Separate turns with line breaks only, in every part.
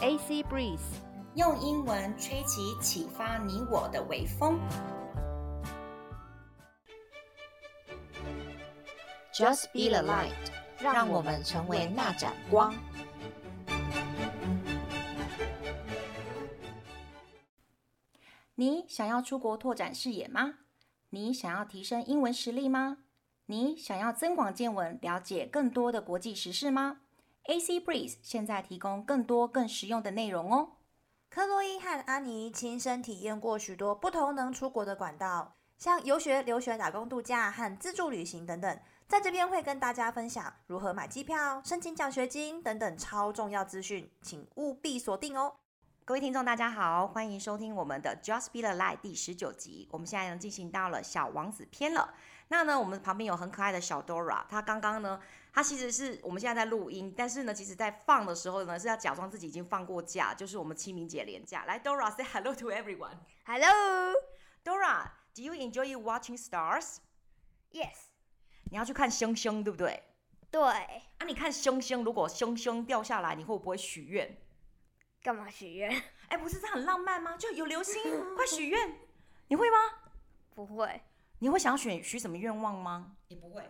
AC Breeze，
用英文吹起启发你我的微风。
Just be the light，让我们成为那盏光。
你想要出国拓展视野吗？你想要提升英文实力吗？你想要增广见闻，了解更多的国际时事吗？AC Breeze 现在提供更多更实用的内容哦。
克洛伊和安妮亲身体验过许多不同能出国的管道，像游学、留学、打工、度假和自助旅行等等。在这边会跟大家分享如何买机票、申请奖学金等等超重要资讯，请务必锁定哦。
各位听众大家好，欢迎收听我们的 Just Be the Light 第十九集。我们现在呢进行到了小王子篇了。那呢，我们旁边有很可爱的小 Dora，她刚刚呢，她其实是我们现在在录音，但是呢，其实在放的时候呢，是要假装自己已经放过假，就是我们清明节连假。来，Dora say hello to everyone。
Hello，
Dora，do you enjoy watching stars？
Yes，
你要去看星星，对不对？
对，
啊，你看星星，如果星星掉下来，你会不会许愿？
干嘛许愿？
哎，不是这很浪漫吗？就有流星，快许愿，你会吗？
不会，
你会想要许许什么愿望吗？也不会，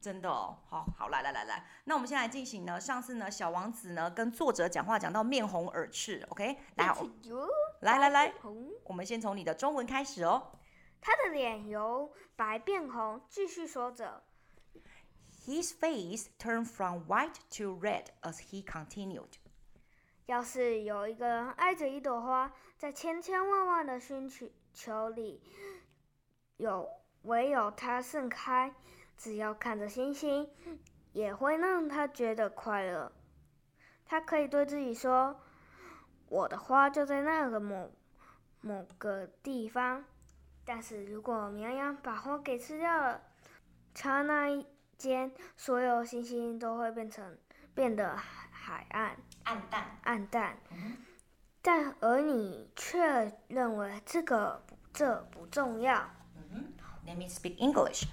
真的哦。好，好，来来来来，那我们现在进行呢，上次呢，小王子呢跟作者讲话讲到面红耳赤，OK？来，我
油
来来来，
红，
我们先从你的中文开始哦。
他的脸由白变红。继续说着，
His face turned from white to red as he continued.
要是有一个人爱着一朵花，在千千万万的星球里，有唯有它盛开，只要看着星星，也会让他觉得快乐。他可以对自己说：“我的花就在那个某某个地方。”但是如果绵羊把花给吃掉了，刹那一间，所有星星都会变成变得海岸。
暗淡，
暗淡，但而你却认为这个不这不重要。
Let me speak English.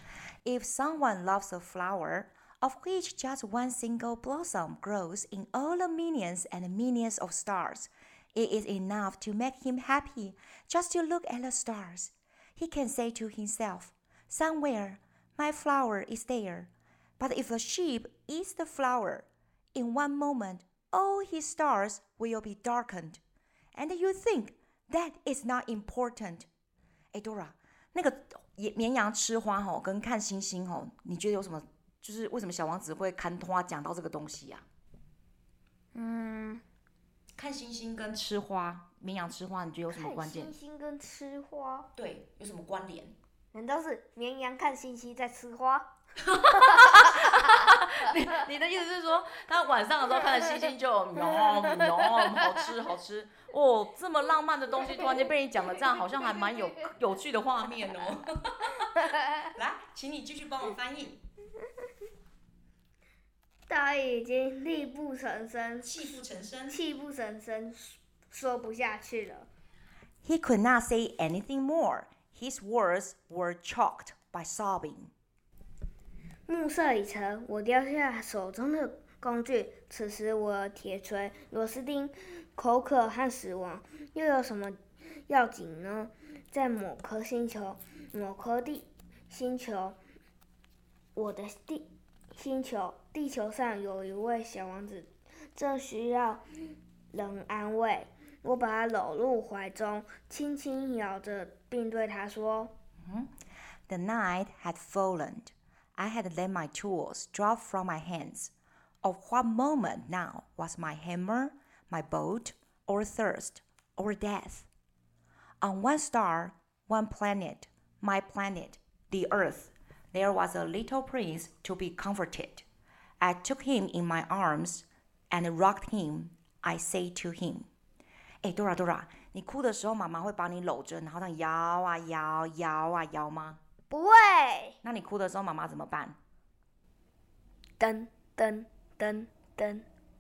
If someone loves a flower, of which just one single blossom grows in all the millions and millions of stars, it is enough to make him happy just to look at the stars. He can say to himself, Somewhere, my flower is there. But if a sheep eats the flower, in one moment all his stars will be darkened. And you think that is not important. 哎，Dora，那个绵绵羊吃花吼、跟看星星吼、你觉得有什么？就是为什么小王子会看花讲到这个东西呀、
嗯，
看星星跟吃花，绵羊吃花，你觉得有什么
看
关键
星？星跟吃花，
对，有什么关联？
难道是绵羊看星星在吃花？
你的意思是说，他晚上的时候看了星星就 有喵喵，好吃好吃哦，这么浪漫的东西，突然间被你讲的这样，好像还蛮有有趣的画面哦。 来，请你继续帮我翻译，
他已经力不从身，
泣不成声。
泣不成声，说不下去了。
He could not say anything more. His words were choked by sobbing.
暮色已沉，我掉下手中的工具。此时我有铁锤、螺丝钉、口渴和死亡，又有什么要紧呢？在某颗星球，某颗地星球，我的地星球，地球上有一位小王子，正需要人安慰。我把他搂入怀中，轻轻摇着，并对他说。
The night had fallen. I had let my tools drop from my hands. Of what moment now was my hammer, my boat, or thirst, or death? On one star, one planet, my planet, the earth, there was a little prince to be comforted. I took him in my arms and rocked him. I say to him, 哎，Dora Dora，你哭的时候，妈妈会把你搂着，然后这样摇啊摇，摇啊摇吗？
不会，
那你哭的时候，妈妈怎么办？
噔噔噔噔，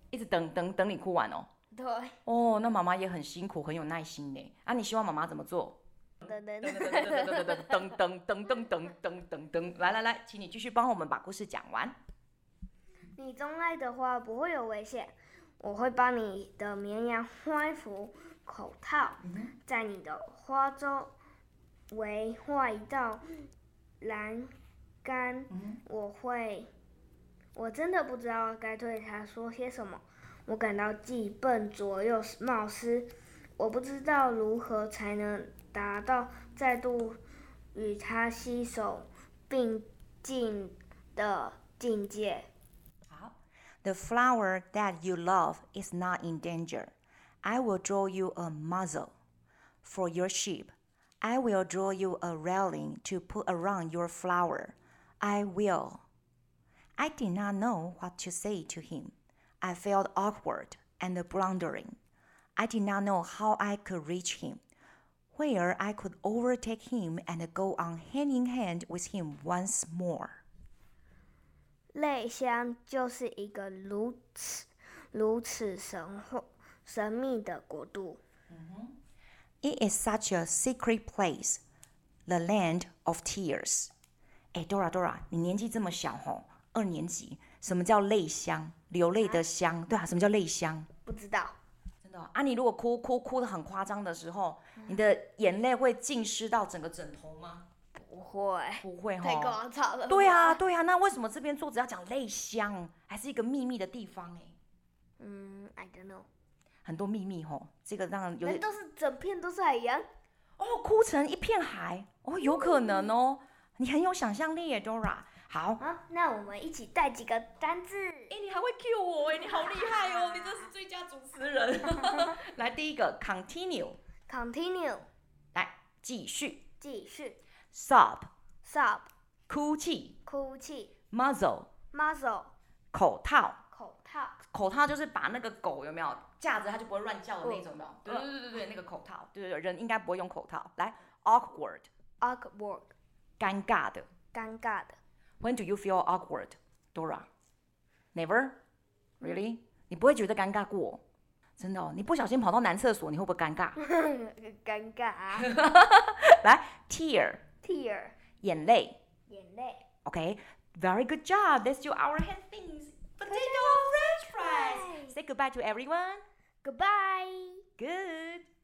一直等等等你哭完哦。
对。
哦，那妈妈也很辛苦，很有耐心呢。啊，你希望妈妈怎么做？
等等
噔噔噔噔噔噔噔噔噔噔，来来来，请你继续帮我们把故事讲完。
你钟爱的花不会有危险，我会把你的绵羊花服口套在你的花周围画一道栏杆。我会，我真的不知道该对他说些什么。我感到既笨拙又冒失，我不知道如何才能达到再度与他携手并进的境界。
The flower that you love is not in danger. I will draw you a muzzle for your sheep. I will draw you a railing to put around your flower. I will. I did not know what to say to him. I felt awkward and blundering. I did not know how I could reach him, where I could overtake him and go on hand in hand with him once more.
类乡就是一个如此如此神话神秘的国度。
It is such a secret place, the land of tears. 哎，Dora Dora，你年纪这么小吼，二年级，什么叫泪香？流泪的香，对啊，什么叫泪香？
不知道，
真的哦、啊，你如果哭哭哭的很夸张的时候，你的眼泪会浸湿到整个枕头吗？
不会，
不会
太
哈、
广场了。
对啊，，对啊，那为什么这边作者要讲泪香，还是一个秘密的地方、哎，
嗯，I don't know，
很多秘密吼，这个让人有
难
点
道是整片都是海洋？
哦，哭成一片海哦，有可能哦，你很有想象力耶，Dora。好，
好，那我们一起带几个单字。
哎、你还会 Q 我哎，你好厉害 哦，你真是最佳主持人。 来，第一个 continue，
Continue，
来继续
继续。
sob
Sob，
哭泣
哭泣。
muzzle
Muzzle，
口套，
口套。
口套就是把那个狗有没有架着它就不会乱叫的那种的，哦对对
嗯
对对对，那个口套，对对对，人应该不会用口套。来，awkward，
Awkward，
尴尬的。
尴尬的。
When do you feel awkward, Dora? Never? Really? 你不会觉得尴尬过？真的哦，你不小心跑到男厕所，你会不会尴尬？
尴尬、啊。
来，tear，
Tear，
眼泪。
眼泪。
Okay, very good job. Let's do our hand things. Potato French fries. Say goodbye to everyone.
Goodbye。
Good.